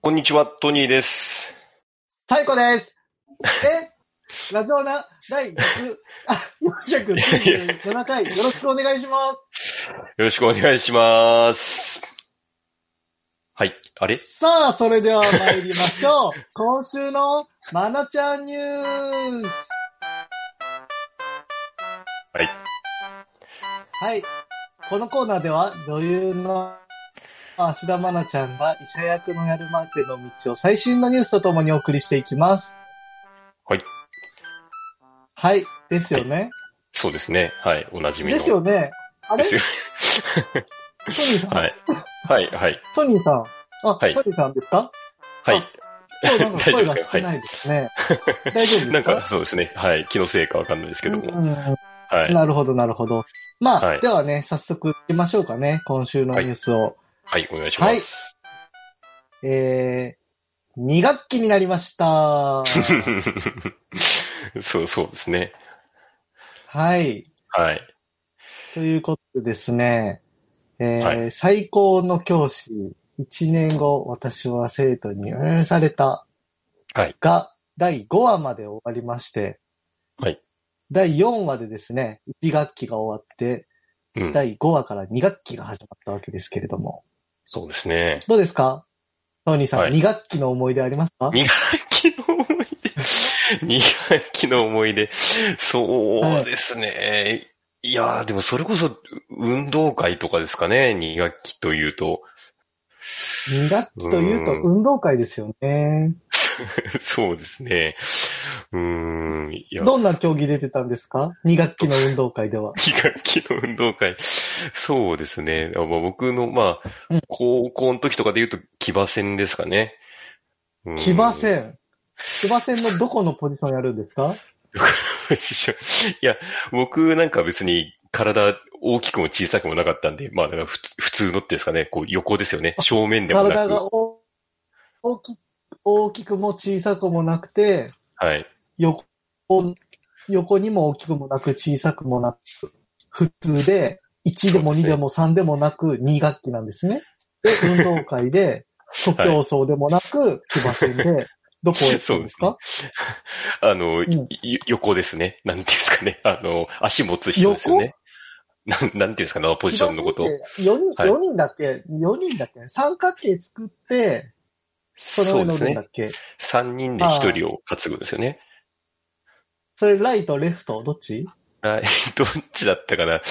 こんにちは、トニーです。最高です。えラジオな、第100あ497回、よろしくお願いします。よろしくお願いします。はい、あれさあ、それでは参りまし ょう。今週のまなちゃんニュース。はい。はい。このコーナーでは、女優の芦田愛菜ちゃんが医者役のやるまでの道を最新のニュースとともにお送りしていきます。はい。はい。ですよね。そうですね。はい、おなじみの。ですよね。あれでトすよ。ニーさん、はい。はい、はい。トニーさん。あ、はいトニーさんで すかはい。今日なんか声が少ないですね。大丈夫ですかなんか、そうですね。はい。気のせいかわかんないですけども。うんうんはい。なるほど、なるほど。まあ、はいではね、早速行きましょうかね、今週のニュースを。はい、お願いします。えー、2学期になり ました。そう、そうですね。はい。はい。ということでですね、えーは最高の教師、1年後、私は生徒に入園された。はいが、第5話まで終わりまして、はい。第4話でですね、1学期が終わって、うん。第5話から2学期が始まったわけですけれども。そうですね。どうですかトニーさん、はい2学期の思い出あります か二学期の思い出。二学期の思い出。そうですね。い、やー、でもそれこそ運動会とかですかね。二学期というと。 ?2 学期というとうん運動会ですよね。そうですね。うーん。いや、どんな競技出てたんですか ?2 学期の運動会では。二学期の運動会。そうですね。あまあ、僕の、まうあん、高校の時とかで言うと騎馬戦ですかね。うん騎馬戦。騎馬戦のどこのポジションやるんですかいや、僕なんか別に体大きくも小さくもなかったんで、まあだから普通普通のってですかね、こう横ですよね。正面でもな体がく。お大き大きくも小さくもなくて、はい。横、横にも大きくもなく小さくもなく、普通で、1でそもうですね2でも3でもなく2学期なんですね。 で、運動会で、徒競走でもなく、騎馬戦で、どこへ行くんで すかあの、んい横ですね。なんていうんですかね。あの、足持つ人ですよね。なん、なんていうんですかね、あのポジションのこと。 4人、はい四人だっけ ?4 人だっけ三角形作って、そのそ上うで乗するんだねっ。け三人で一人を担ぐんですよね。それライト、レフト、どっちライどっちだったかな、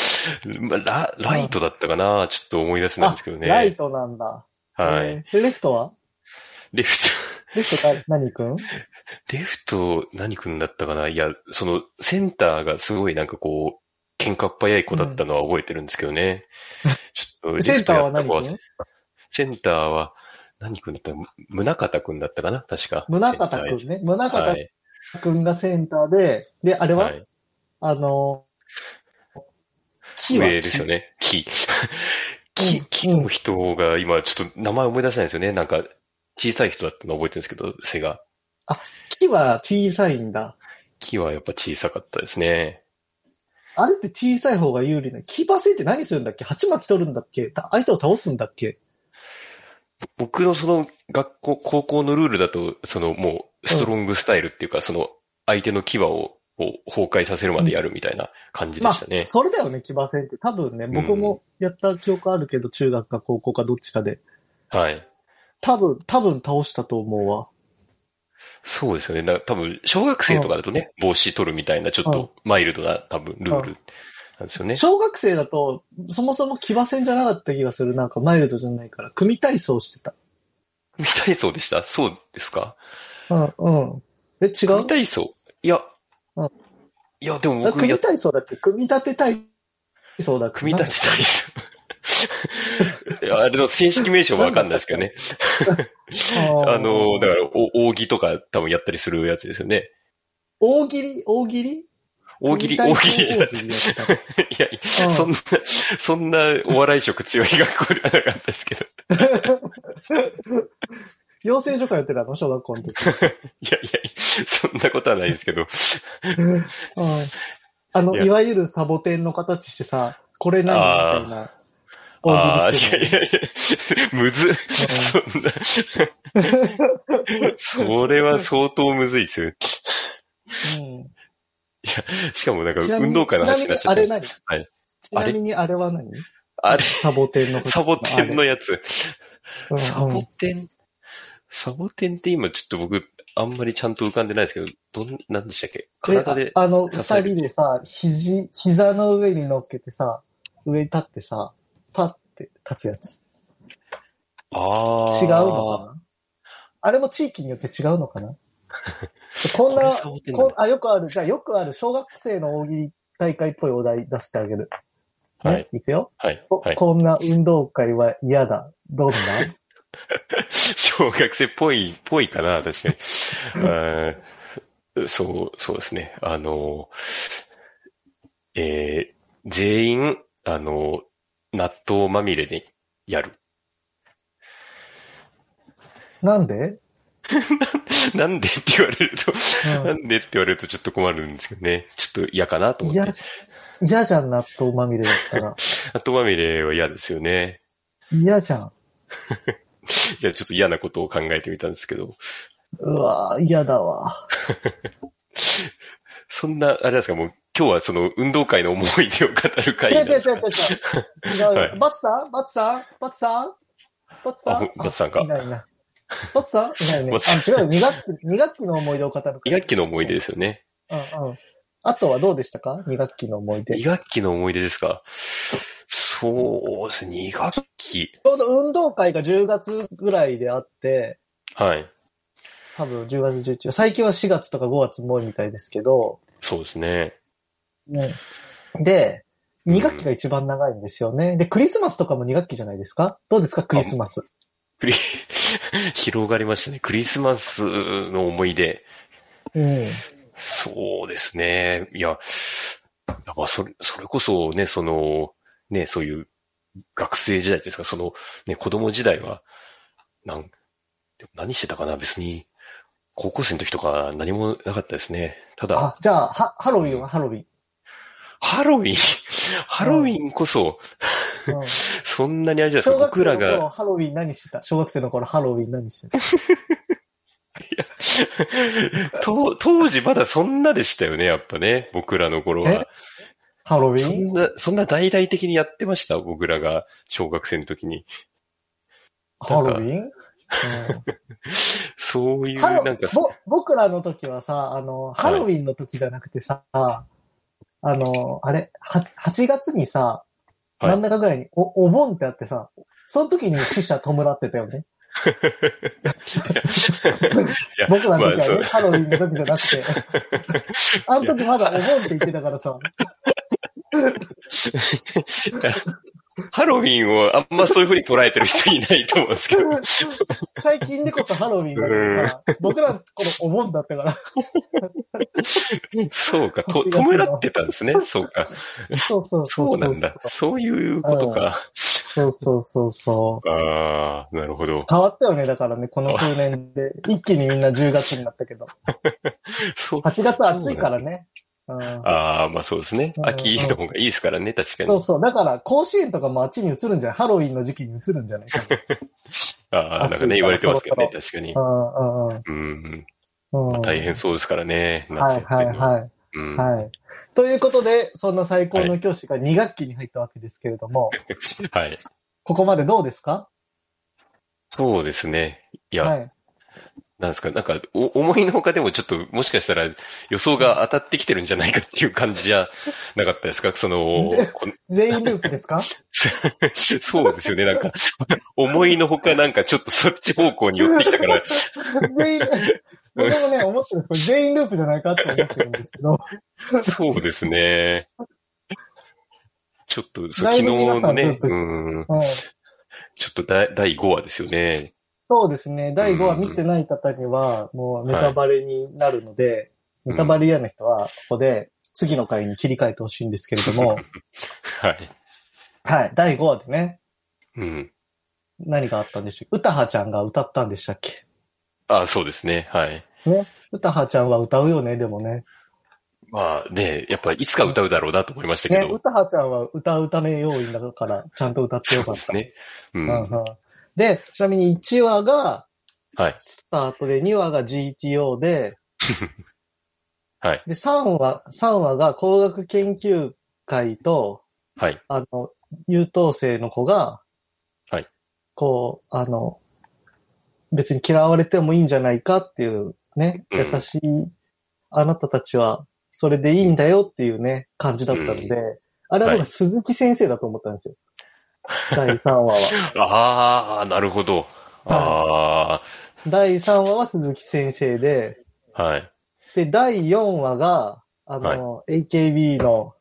まあラ。ライトだったかな。ちょっと思い出せないんですけどね。ライトなんだ。はい。えーでレフトはレフト。レフトが何くんレフト、何君だったかないや、その、センターがすごいなんかこう、喧嘩っ早い子だったのは覚えてるんですけどね。ちょっと センターはレフトやっ何た子くんセンターは、何君だったか、む宗方君だったかな確か。宗方センくんね。宗ターは方い。くんがセンターで、で、あれは、はい。あの木は上ですよね。木。木、木の人が今ちょっと名前思い出せないですよね。なんか、小さい人だったの覚えてるんですけど、背が。木は小さいんだ。木はやっぱ小さかったですね。あれって小さい方が有利な。キーパー戦って何するんだっけ鉢巻き取るんだっけ相手を倒すんだっけ僕のその学校、高校のルールだと、そのもうストロングスタイルっていうか、その相手の牙をこう崩壊させるまでやるみたいな感じでましたあ、ね。それだよね、騎馬戦って。多分ね、ん僕もやった記憶あるけど、中学か高校かどっちかで。はい。多分、多分倒したと思うわ。そうですよね。だ多分、小学生とかだとね、帽子取るみたいな、ちょっとマイルドな多分ルールなんですよね。小学生だと、そもそも騎馬戦じゃなかった気がする。なんかマイルドじゃないから。組体操してた。組体操でしたそうですかうん、うん。え、違う組体操いやうん、いや、でもあ僕や組っ、体操だっけ組み立て体操だっけ組み立て体操。いやあれの正式名称はわかんないですけどね。ああの、だから、お扇とか多分やったりするやつですよね。大喜利大喜利大喜利、大組喜利体操 だっ大て。喜利やったいや、そんな、そんなお笑い色強い学校ではなかったですけど。 養成所からやってたの小学校の時。いやいや、そんなことはないですけど。うんあ の、いやいわゆるサボテンの形してさ、これ何みたいな。あ大あ、喜利いしてやるいやいや、むず、そんな、 それは相当むずいですよ。の。うんしかもなんかちなみに運動会の話になっちゃっちなてみにあれ何はいちなみにあれは何あれ、サボテンのこと。サボテンのやつ。あれサボテン、サボテンって今ちょっと僕、あんまりちゃんと浮かんでないですけど、どん、なんでしたっけ体でで、ああの、支え二る人でさ、肘、膝の上に乗っけてさ、上に立ってさ、パッて立つやつ。ああ。違うのかなあれも地域によって違う のかなこんな、これサボテンだこんあ、よくある、じゃあよくある小学生の大喜利大会っぽいお題出してあげる。ね、はい、くよ、はい。こはい。こんな運動会は嫌だ。どんな 小学生っぽい、ぽいかな、確 かに。あーそう、そうですね。あの、えー、全員、あの、納豆まみれにやる。 なんで、なんでって言われると、うなんんでって言われるとちょっと困るんですけどね。ちょっと嫌かなと思って嫌。じゃん、嫌じゃん、納豆まみれだったら。納豆まみれは嫌ですよね。嫌じゃん。じゃあちょっと嫌なことを考えてみたんですけど。うわぁ、嫌だわ。そんな、あれなんですか、もう今日はその運動会の思い出を語る会違なうん違う違ですかう違う。違う。はいバツさんバツさんバツさんバツさあんバツさんかいないな。バツさんいないね。バツさんあ、違うよ。2学期、二学期の思い出を語るから。二学期の思い出ですよね。うんうん。あとはどうでしたか ?2 学期の思い出。二ち学期の思い出ですか。そうですね、二学期。ょうど運動会が10月ぐらいであって、はい。多分10月11最近は4月とか5月も多いみたいですけど、そうですね。で、うん2学期が一番長いんですよね。で、クリスマスとかも2学期じゃないですかどうですかクリスマス。クリ、 広がりましたね。クリスマスの思い出。うん。そうですね。いや、だからそれ、それこそね、その、ね、そういう学生時代ですか、その、ね、子供時代は、なん、でも何してたかな、別に。高校生の時とか何もなかったですね。ただ、あ、じゃあ、はハロウィンはハロウィン。ハロウィン、ハロウィンこそ、うん、そんなにあれじゃないです小か、僕学生らの頃が、ハロウィン何してた小学生の頃ハロウィン何してた 当当時まだそんなでしたよね、やっぱね、僕らの頃は。ハロウそィンんな、そんな大々的にやってました、僕らが小学生の時に。ハロウィン、うんそう いう、ハなロんか、ぼ僕らの時はさ、あの、ハロウィンの時じゃなくてさ、あの、あれ、は 8, 月にさ、はい真ん中ぐらいにおお盆ってあってさ、その時に死者弔ってたよね。いや 僕らのまあ時はそね、うハロウィンの時じゃ なくて。あの時まだお盆って言ってたからさ、ハロウィンをあんまそういう風に捉えてる人いないと思うんですけ ど。最近でこそハロウィンだけどさ、僕らの頃お盆だったから、 そうか、と、弔ってたんですね。そうか。そうそうそう。そうなんだ。そういうことか。そうそうそうそう。ああ、なるほど。変わったよね、だからね、この数年 で。一気にみんな10月になったけど。そう。 8月暑いからね。うん、ああ、まあそうですね。秋の方がいいですからね、確かそうに。そう。だから、甲子園とかもあっちに移るんじゃないハロウィンの時期に移るんじゃ ないああ、なんかね、言われてますけどね、確かにう。んうんうん。うんうん。大変そうですからね、は夏やいってはいるのは。はうい。ん。ははい。ということで、そんな最高の教師が2学期に入ったわけですけれども、い。ここまでどうですかそうですね。いや、はい。なんですか、なんか、お、思いのほかでもちょっと、もしかしたら予想が当たってきてるんじゃないかっていう感じじゃなかったですかその、こん 全員ループですかそうですよね、なんか、思いのほかなんかちょっとそっち方向に寄ってきたから、 全員、僕もね、思ってるんですけど全員ループじゃないかって思ってるんですけど、そうですね。ちょっと、そうだ昨い日ぶ皆さのんね、ちょっとうん、うちん、ょっと第第5話ですよね。そうですね。第5話見てない方には、もうネタバレになるので、はいネタバレ嫌な人は、ここで次の回に切り替えてほしいんですけれど も、はい。はい。第5話でね、うん。何があったんでしょう歌葉ちゃんが歌ったんでしたっけあそうですね、はい。ね。歌葉ちゃんは歌うよね、でもね。まあね、やっぱりいつか歌うだろうなと思いましたけね、ど。歌はちゃんは歌うため要員だから、ちゃんと歌ってよかそうっです た。ね。う。うんんうんはで、ちなみに1話がはいスタートで、2話が GTO で、はいで、3話、三話が工学研究会と、い。あの、優等生の子が、はいこう、あの、別に嫌われてもいいんじゃないかっていうね、うん優しいあなたたちは、それでいいんだよっていうね、感じだったので、うあれはは僕い鈴木先生だと思ったん ですよ。第3話あは。あ、なるほど。あ第3話は鈴木先生で、あ、はい。で、第4話が、あの、AKB の、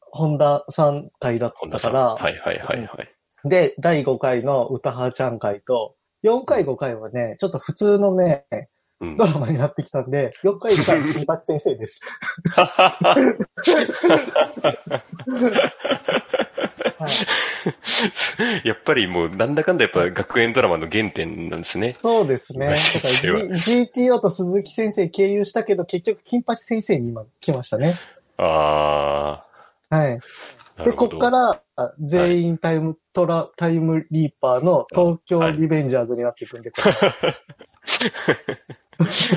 本田さん会だ本っ田たさかん。ら、はいはいはいはい。で、第5回の歌はちゃん会と、4回5回はね、ちょっと普通のね、うん ドラマになってきたんで、4回5回は金八先生です。はい、やっぱりもう、なんだかんだやっぱ学園ドラマの原点なんですね。そうですね。だ金八か先生はら G- GTO と鈴木先生経由したけど、結局金八先生に今来ましたね。あはい。あ、なで、るほこど。っからあ全員タイムトラ、タイムリーパーの東京リベンジャーズになっていくんで、これ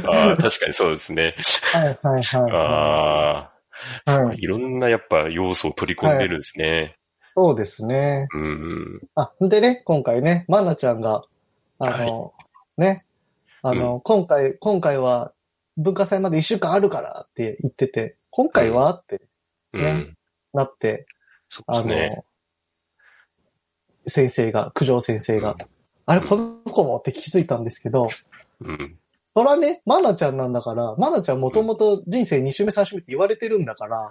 ああ、確かにそうですね。はいはいあはい。あ、はい、いろんなやっぱ要素を取り込んでるんですね。そうですね。うん。あ、でね、今回ね、まなちゃんが、あの、ね、あの、今回、今回は文化祭まで一週間あるからって言ってて、今回は、ってうん。ねなって、そうであすの、ね。先生が、九条先生が、あれ、この子もって気づいたんですけど、うん。そらね、まなちゃんなんだから、まなちゃんもともと人生2週目3週目って言われてるん だから、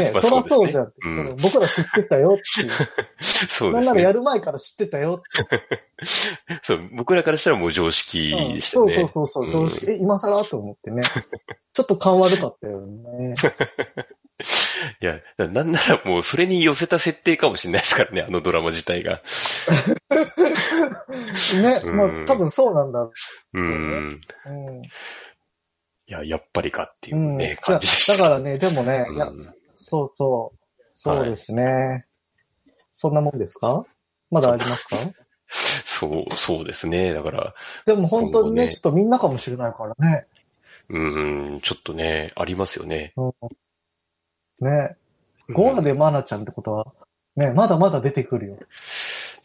ね、まあそらそうじゃんって、そうですねうん僕ら知ってたよっていう。そうなですんならやね。る前から知ってたよってそう、僕らからしたらもう常識でしたそうね。そうそうそう、常識。え、今更と 思ってね。ちょっと感悪かったよね。いや、ななんならもうそれに寄せた設定かもしれないですからね、あのドラマ自体が。ね、うんまあ多分そうなんだろうん。う。うん。。いや、やっぱりかっていううんね、い感やじでした。だからね、でもね、いやう、んそうそう。そうですね。そんなもんですかまだありま すかそう、そうですね。だから、でも本当に今後ね、ねちょっとみんなかもしれないからね。うん、ちょっとね、ありますよね。うん、ね。5話でマナちゃんってことは、ね、まだまだ出てくるよ。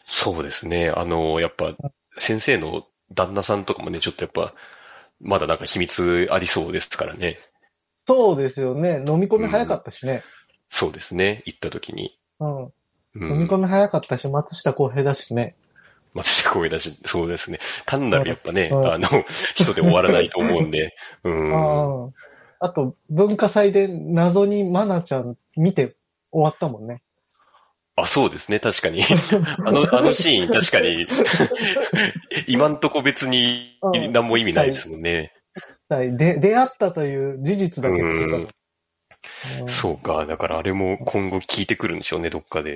そうですね。あの、やっぱ、先生の旦那さんとかもね、ちょっとやっぱ、まだなんか秘密ありそうですからね。そうですよね。飲み込み早かったしね。そうですね。行った時に。うん。う飲みん込。み早かったし、松下洸平だしね。松下光栄だし、そうですね。単なるやっぱね、うんあの、人で終わらないと思うんで。うん。あああと、文化祭で謎にマナちゃん見て終わったもんね。あ、そうですね。確かに。 あの、あのシーン、確かに、 今んとこ別にうん何も意味ないですもんね。で出会ったという事実だけつけたの、うんそうか。だからあれも今後聞いてくるんでしょうね、どっかで。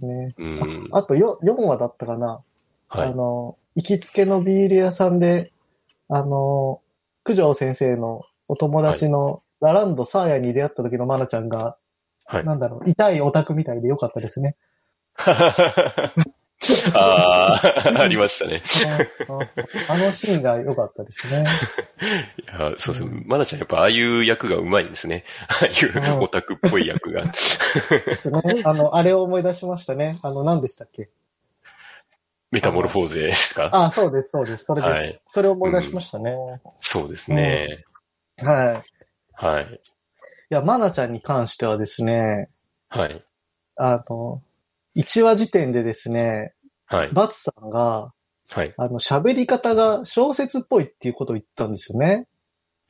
うんね。うん。あとよ4話だったかな、はあい。の、行きつけのビール屋さんで、あの、九条先生のお友達のラランドサーヤに出会った時のマナちゃんが、はい。なんだろう、痛いオタクみたいでよかったですね。 あ あ、ありましたね。うんうんあのシーンが良かったですね。いやそうそう。まなちゃんやっぱああいう役がうまいんですね。ああいうオタクっぽい役 が。ねあの、あれを思い出しましたね。あの、何でしたっけメタモルフォーゼですかあ、そうです、そうです。それです。はいそれを思い出しましたね。そうですね。はい。いはい。や、まなちゃんに関してはですね、はい。あの、1話時点でですね、はい。バツさんが、はい。あの、喋り方が小説っぽいっていうことを言ったんですよね。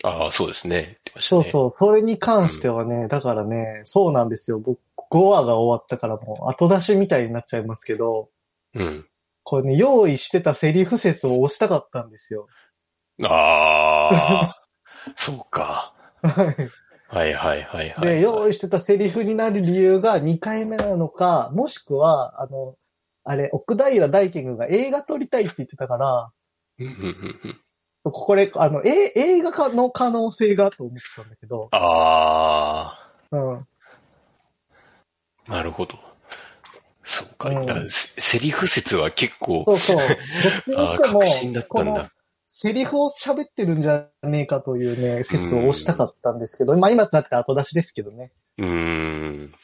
ああ、そうですね。言ってましたそねうそう。それに関してはね、だからね、そうなんですよ。僕、5話が終わったからもう後出しみたいになっちゃいますけど、うん。これね、用意してたセリフ説を押したかったんですよ。ああ、 そうか。はい。はいはいはいはい。 で、用意してたセリフになる理由が2回目なのか、もしくは、あの、あれ、奥平大賢が映画撮りたいって言ってたから、うんうんうんうんここで、あの、え、映画化の可能性がと思ってたんだけど、あうん。ー、なるほど。そうか、うんだからセセリフ説は結構、そう そう。どっちあにーしても確信だっ、たこんのだ。セリフを喋ってるんじゃねえかというね、説を押したかったんですけど、まあ今となっては後出しですけどね。うーん。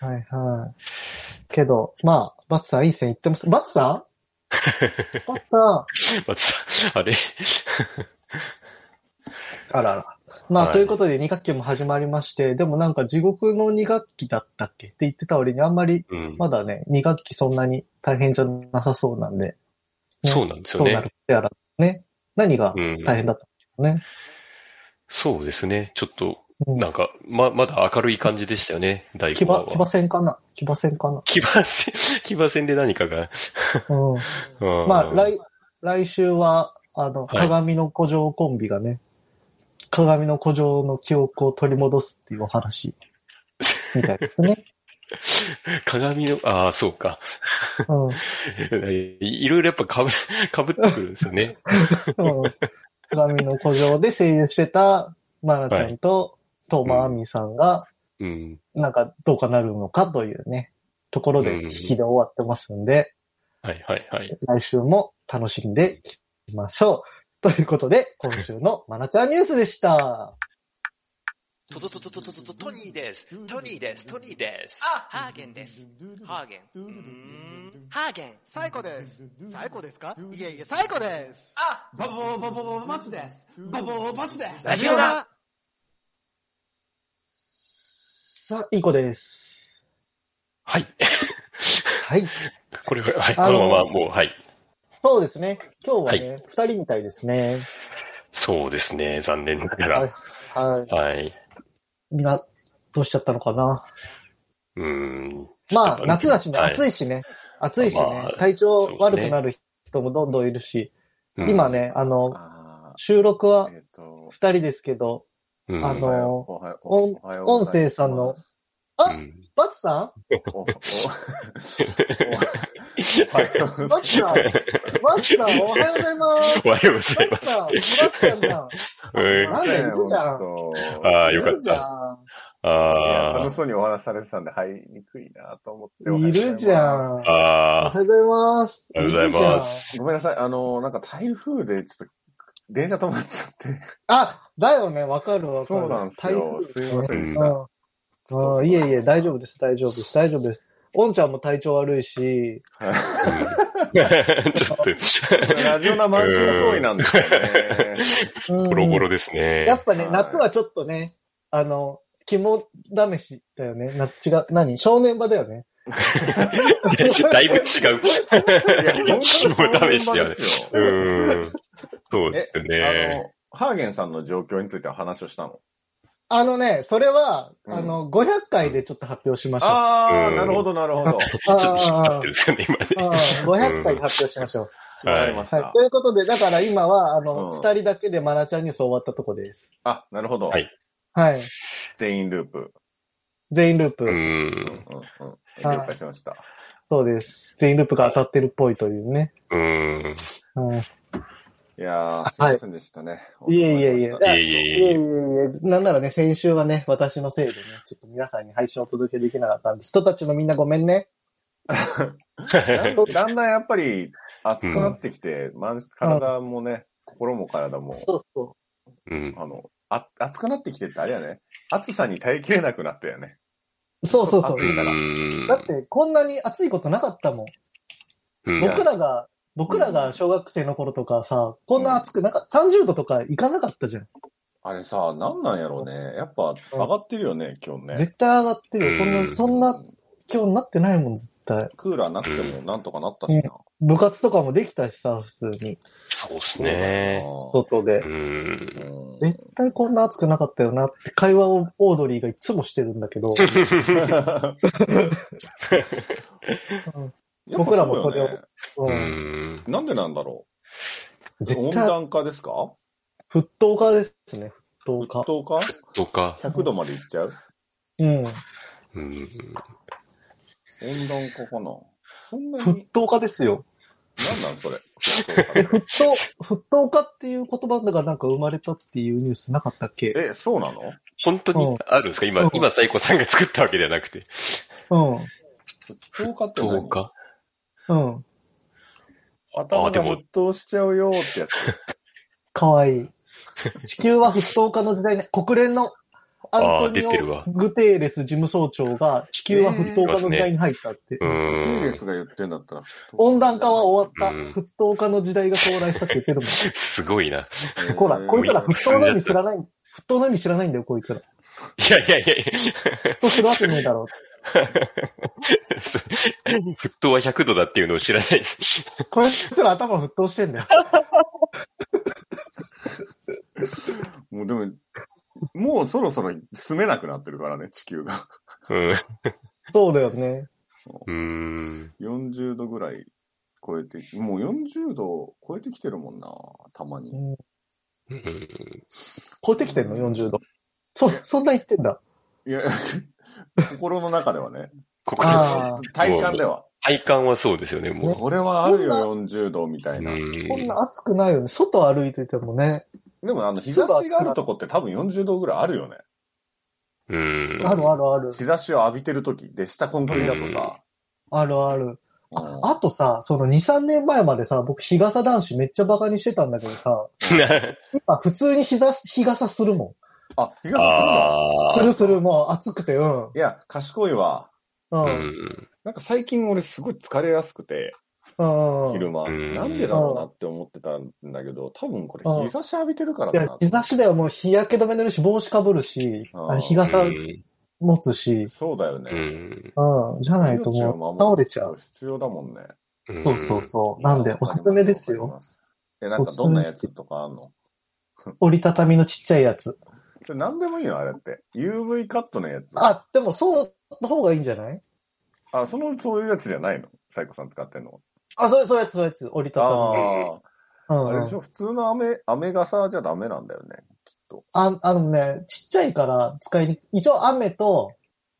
はいはい。けど、まあ、バツさんいい線いってます。バ ツさんバツさまあつ あれんあらあら。まあ、はいということで2学期も始まりまして、でもなんか地獄の2学期だったっけって言ってた俺にあんまりうん。まだね、2学期そんなに大変じゃなさそうなんで、ねそうなんですどようなねるっ。てやらね。何がうん。大変だったんでしょうね。そうですね。ちょっと、うんなんか、ま、まだ明るい感じでしたよね、第騎5話馬、騎馬は。戦かな騎馬戦か な騎馬戦、 騎馬戦で何かが。うん。うんまあ、来、来週は、あの、はい鏡の古城コンビがね、鏡の古城の記憶を取り戻すっていう お話、みたいですね。鏡の、ああ、そうか。うん。うんいいろいろやっぱ かぶ、かぶってくるんですよね。鏡の古城で声優してた、まなちゃんと、トーマアミさんが、うん。なんか、どうかなるのかというね、ところでうん引きで終わってますんで、はいはいはい。来週も楽しんでいきましょう。ということで、今週のまなちゃんニュースでした。トトトトトトトトトニーです。トニーです。トニーです。あハーゲンです。ハーゲン。うーんハーゲン。最高です。最高ですかいえいえ、最高です。あバボーバボーバツです。バボーバツです。ラジオださあ、いい子です。はい。はい。これは、はい。こあののままもう、はい。そうですね。今日はね、二、人みたいですね。そうですね。残念ながはいら。。はい。はい。みんな、どうしちゃったのかな。うん。まあ、夏だしね、はい暑いしね。暑いしね、まあ体調そう悪ですねくなる人もどんどんいるし、うん今、ね、あの、あ収録はえっと、二人ですけど、うん あおはのようおはよう音おはようござい音ます声さんの。うんバツさおおおはよんうバツさんバツさん、おはようございます。おはようございまバツさん、バす。ツさんじゃん。うんなんだよいるじゃんほんとああ、よかいっるじた。ゃいやあ楽しそうにお話しされてたんで、入りにくいなと思っておん。い話しされてます。るじゃん。あ。おあはようございます。おはようございまするじゃん。ごめんなさい、あの、なんか台風でちょっと、電車止まっちゃって。あ、だよね、わかるわかる。そうなんですよ。台風すいませんでしうた。んうん。いえいえ、大丈夫です、大丈夫です、大丈夫です。おんちゃんも体調悪いし、あ。 ちょっと、ラジオな満身創痍なんですよね。うんボロボロですね。やっぱね、はい夏はちょっとね、あの、肝試しだよね。な、違う、何正念場だよね。 だいぶ違う。いや、本当にそういう場ですよ。うん。そうですあね。の、ハーゲンさんの状況については話をしたの。あのね、それは、うんあの、500回でちょっと発表しましょう。ああうんー、なるほど、なるほど。ちょっと引っ張ってるんですよね、今ね。あ500回で発表しましょう。はいわかりましはいた。。ということで、だから今は、あの、うん二、人だけでマナちゃんニュース終わったとこです。あ、なるほどは。いはい。全員ループ。全員ループ。うん。うんうんうん。了解しました。そうです。全員ループが当たってるっぽいというね。うん。うんいやー、すいはいませんでしたね。いえいえいえ遅いくなりましたえいえいやいいやえ。いや、なんならね、先週はね、私のせいでね、ちょっと皆さんに配信をお届けできなかったんで、人たちのみんなごめんね。だんだんだんやっぱり暑くなってきて、まじ体もね、心も体も、そうそ うん。あの、あ暑くなってきてってあれやね。暑さに耐えきれなくなったよね。う。そうそうそう暑。いかだらって、こんなに暑いことなかったもん。うん僕らが、僕らが小学生の頃とかさ、こんな暑くなか、30度とかいかなかったじゃん。あれさ、なんなんやろうね。やっぱ上がってるよね、今日ね。絶対上がってるよ。こうんな、んそんな今日になってないもん、絶対。クーラーなくてもなんとかなったしな。部活とかもできたしさ、普通に。そうですね。そ外うで。うだよん。な。うん絶対こんな暑くなかったよなって会話をオードリーがいつもしてるんだ けど。うん僕らもそれをやっぱううんん。そうよねなんでなんだろう絶温対暖化ですか沸騰化ですね、沸騰沸化。騰化とか。 ?100 度までいっちゃううん。うん。温暖化かなそんな沸に、騰化ですよ。なんなんそれ。え、沸騰、沸騰化っていう言葉がなんか生まれたっていうニュースなかったっけえ、そうなの本当にあるんですかうん今、今、サイコさんが作ったわけではなくて。うん。沸騰化って何10日うん。頭あでがも沸騰しちゃうよってやつ。かわいい。地球は沸騰化の時代に、国連のアントニあー出てるわオ・グテーレス事務総長が地球は沸騰化の時代に入ったって。うティーーレん。スが言ってんだったら。温暖化は終わった。うん沸騰化の時代が到来したって言ってるもん。すごいな。えーほら、こいつら沸騰の意味知らない。沸騰の意味知らないんだよ、こいつら。いやいやいやい沸騰するわけねえだろや。そ沸騰は100度だっていうのを知らない。う。こいつら頭沸騰してんだよ。もうでも、もうそろそろ住めなくなってるからね、地球が。うん。うそうだよね。ーん。 40度ぐらい超えて、もう40度超えてきてるもんな、たまに。うん超えてきてんの ?40 度。そ、そんな言ってんだ。いや、心の中ではね。ここであ体感では。体感はそうですよね、もこれはあるよ、こ40度みたう。いうな。あ、こんん。な暑くないよね。外歩いててもね。でも、あの、日差しがあるとこって多分40度ぐらいあるよね。うん。あるあるある。日差しを浴びてるとき、で、下コンクリだとさ。あるある。うんあとさ、その2、3年前までさ、僕日傘男子めっちゃバカにしてたんだけどさ、今普通に日差し、日傘するもあ、日あん。傘するのすーるする、もう暑くて、うん。いや、賢いわ。う。うんん。なんか最近俺すごい疲れやすくて、うん。昼間。うんなんでだろうなって思ってたんだけど、多分これ日差し浴びてるからいだやな、。日差しではもう日焼け止め塗るし、帽子かぶるし、あーあ日傘持つし、そうだようね。ん。うん、じゃないと命をも守う倒るれちゃう。。必要だもんね。うんそうそうそう。なんで、おすすめですよ。。え、なんかどんなやつとかあんの折りたたみのちっちゃいやつ。それ何でもいいのあれって。UV カットのやつ。あ、でもそうの方がいいんじゃないあ、その、そういうやつじゃないのサイコさん使ってんの。あ、そうそういうやつ、そういうやつ、折りたたあみ。うあ、あん、れうでしん。ょ普通の雨、雨傘じゃダメなんだよね。あ、あのね、ちっちゃいから使いに、一応雨と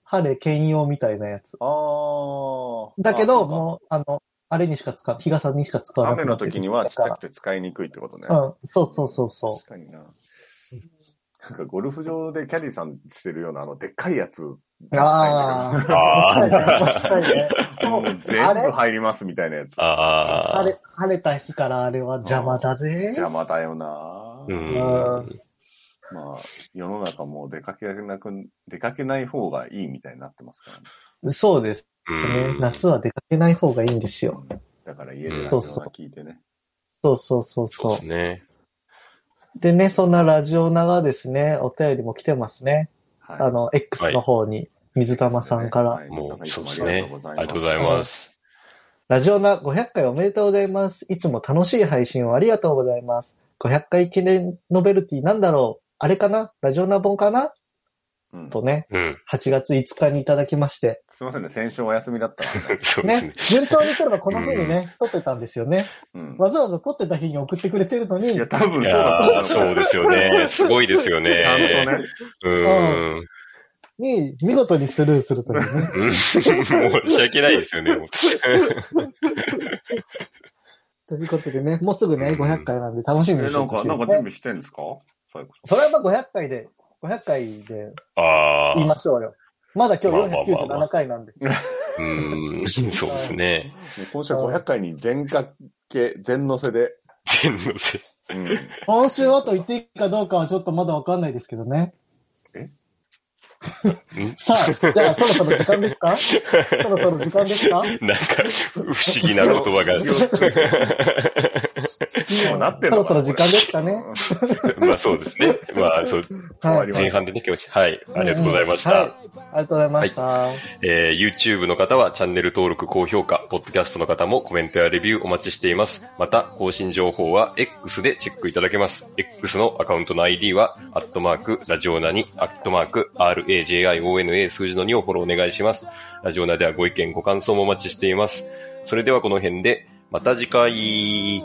晴れ兼用みたいなやつ。ああ。だけど、あもう、あの、あれにしか使う、日傘にしか使そうわかな雨くなのってる時にはちっちゃだくて使いにくいってことね。からうん、そうそうそうそ確かにな。なんかゴルフ場でキャディさんしてるような、あの、でっかいやつ。う。ああ。 あ持ちーたいね。ももううあ全部れ入りますみたいなやつ。あ晴ー。れ、晴れた日からあれは邪魔だぜ。邪魔だよな、うん。まあ、世の中もう出かけなく、出かけない方がいいみたいになってますからね。そうですうねん。夏は出かけない方がいいんですよ。だから家でラジオが聞いてね。そうそうそうそうそですね。う。でね、そんなラジオ長ですね、お便りも来てますね。はいあの、X の方に、水玉さんから。いもう、水そう玉でさすんいつもね。ありがとうございます。ラジオナ500回おめでとうございます。いつも楽しい配信をありがとうございます。500回記念ノベルティなんだろうあれかなラジオナ本かなうんとね、うん。 8月5日にいただきまして。すいませんね、先週お休みだったからね。 そうですねね。、順調に来ればこの風にね、撮ってたんですよね。 うん。わざわざ撮ってた日に送ってくれてるのにい、や、多分そういだやーと思そうですよ ね。すごいですよう。ちゃんとねね。。うん。に、見事にスルーするとい うね。うん申し訳ないですよね。もうということでね、もうすぐね、うん500回なんで楽しえ、みにしてほなんか、しいなんか準ね。備してんですかサイコそれはやっぱ500回で、500回であ言あいま。しょうよ。まだ今日まあまあまあまあ497回なんで。 うん。そうですね。さん。もう今週は500回に全掛け、全乗せで。全のせ。うん。今週はと言っていいかどうかはちょっとまだわかんないですけどね。え さあ、じゃあそろそろ時間ですかそろそろ時間ですかなんか、不思議な言葉が。 もうなってんそのろかそなろ時間ですかね。まあそうですね。まあそう、はい。前半でね、今日、はい、ありがとうございました。はいありがとうございました。えー YouTube の方はチャンネル登録、高評価、Podcast の方もコメントやレビューお待ちしています。また、更新情報は X でチェックいただけます。X のアカウントの ID は、アットマーク、ラジオナに、アットマーク、RAJIONA 数字の2をフォローお願いします。ラジオナではご意見、ご感想もお待ちしています。それではこの辺で、また次回。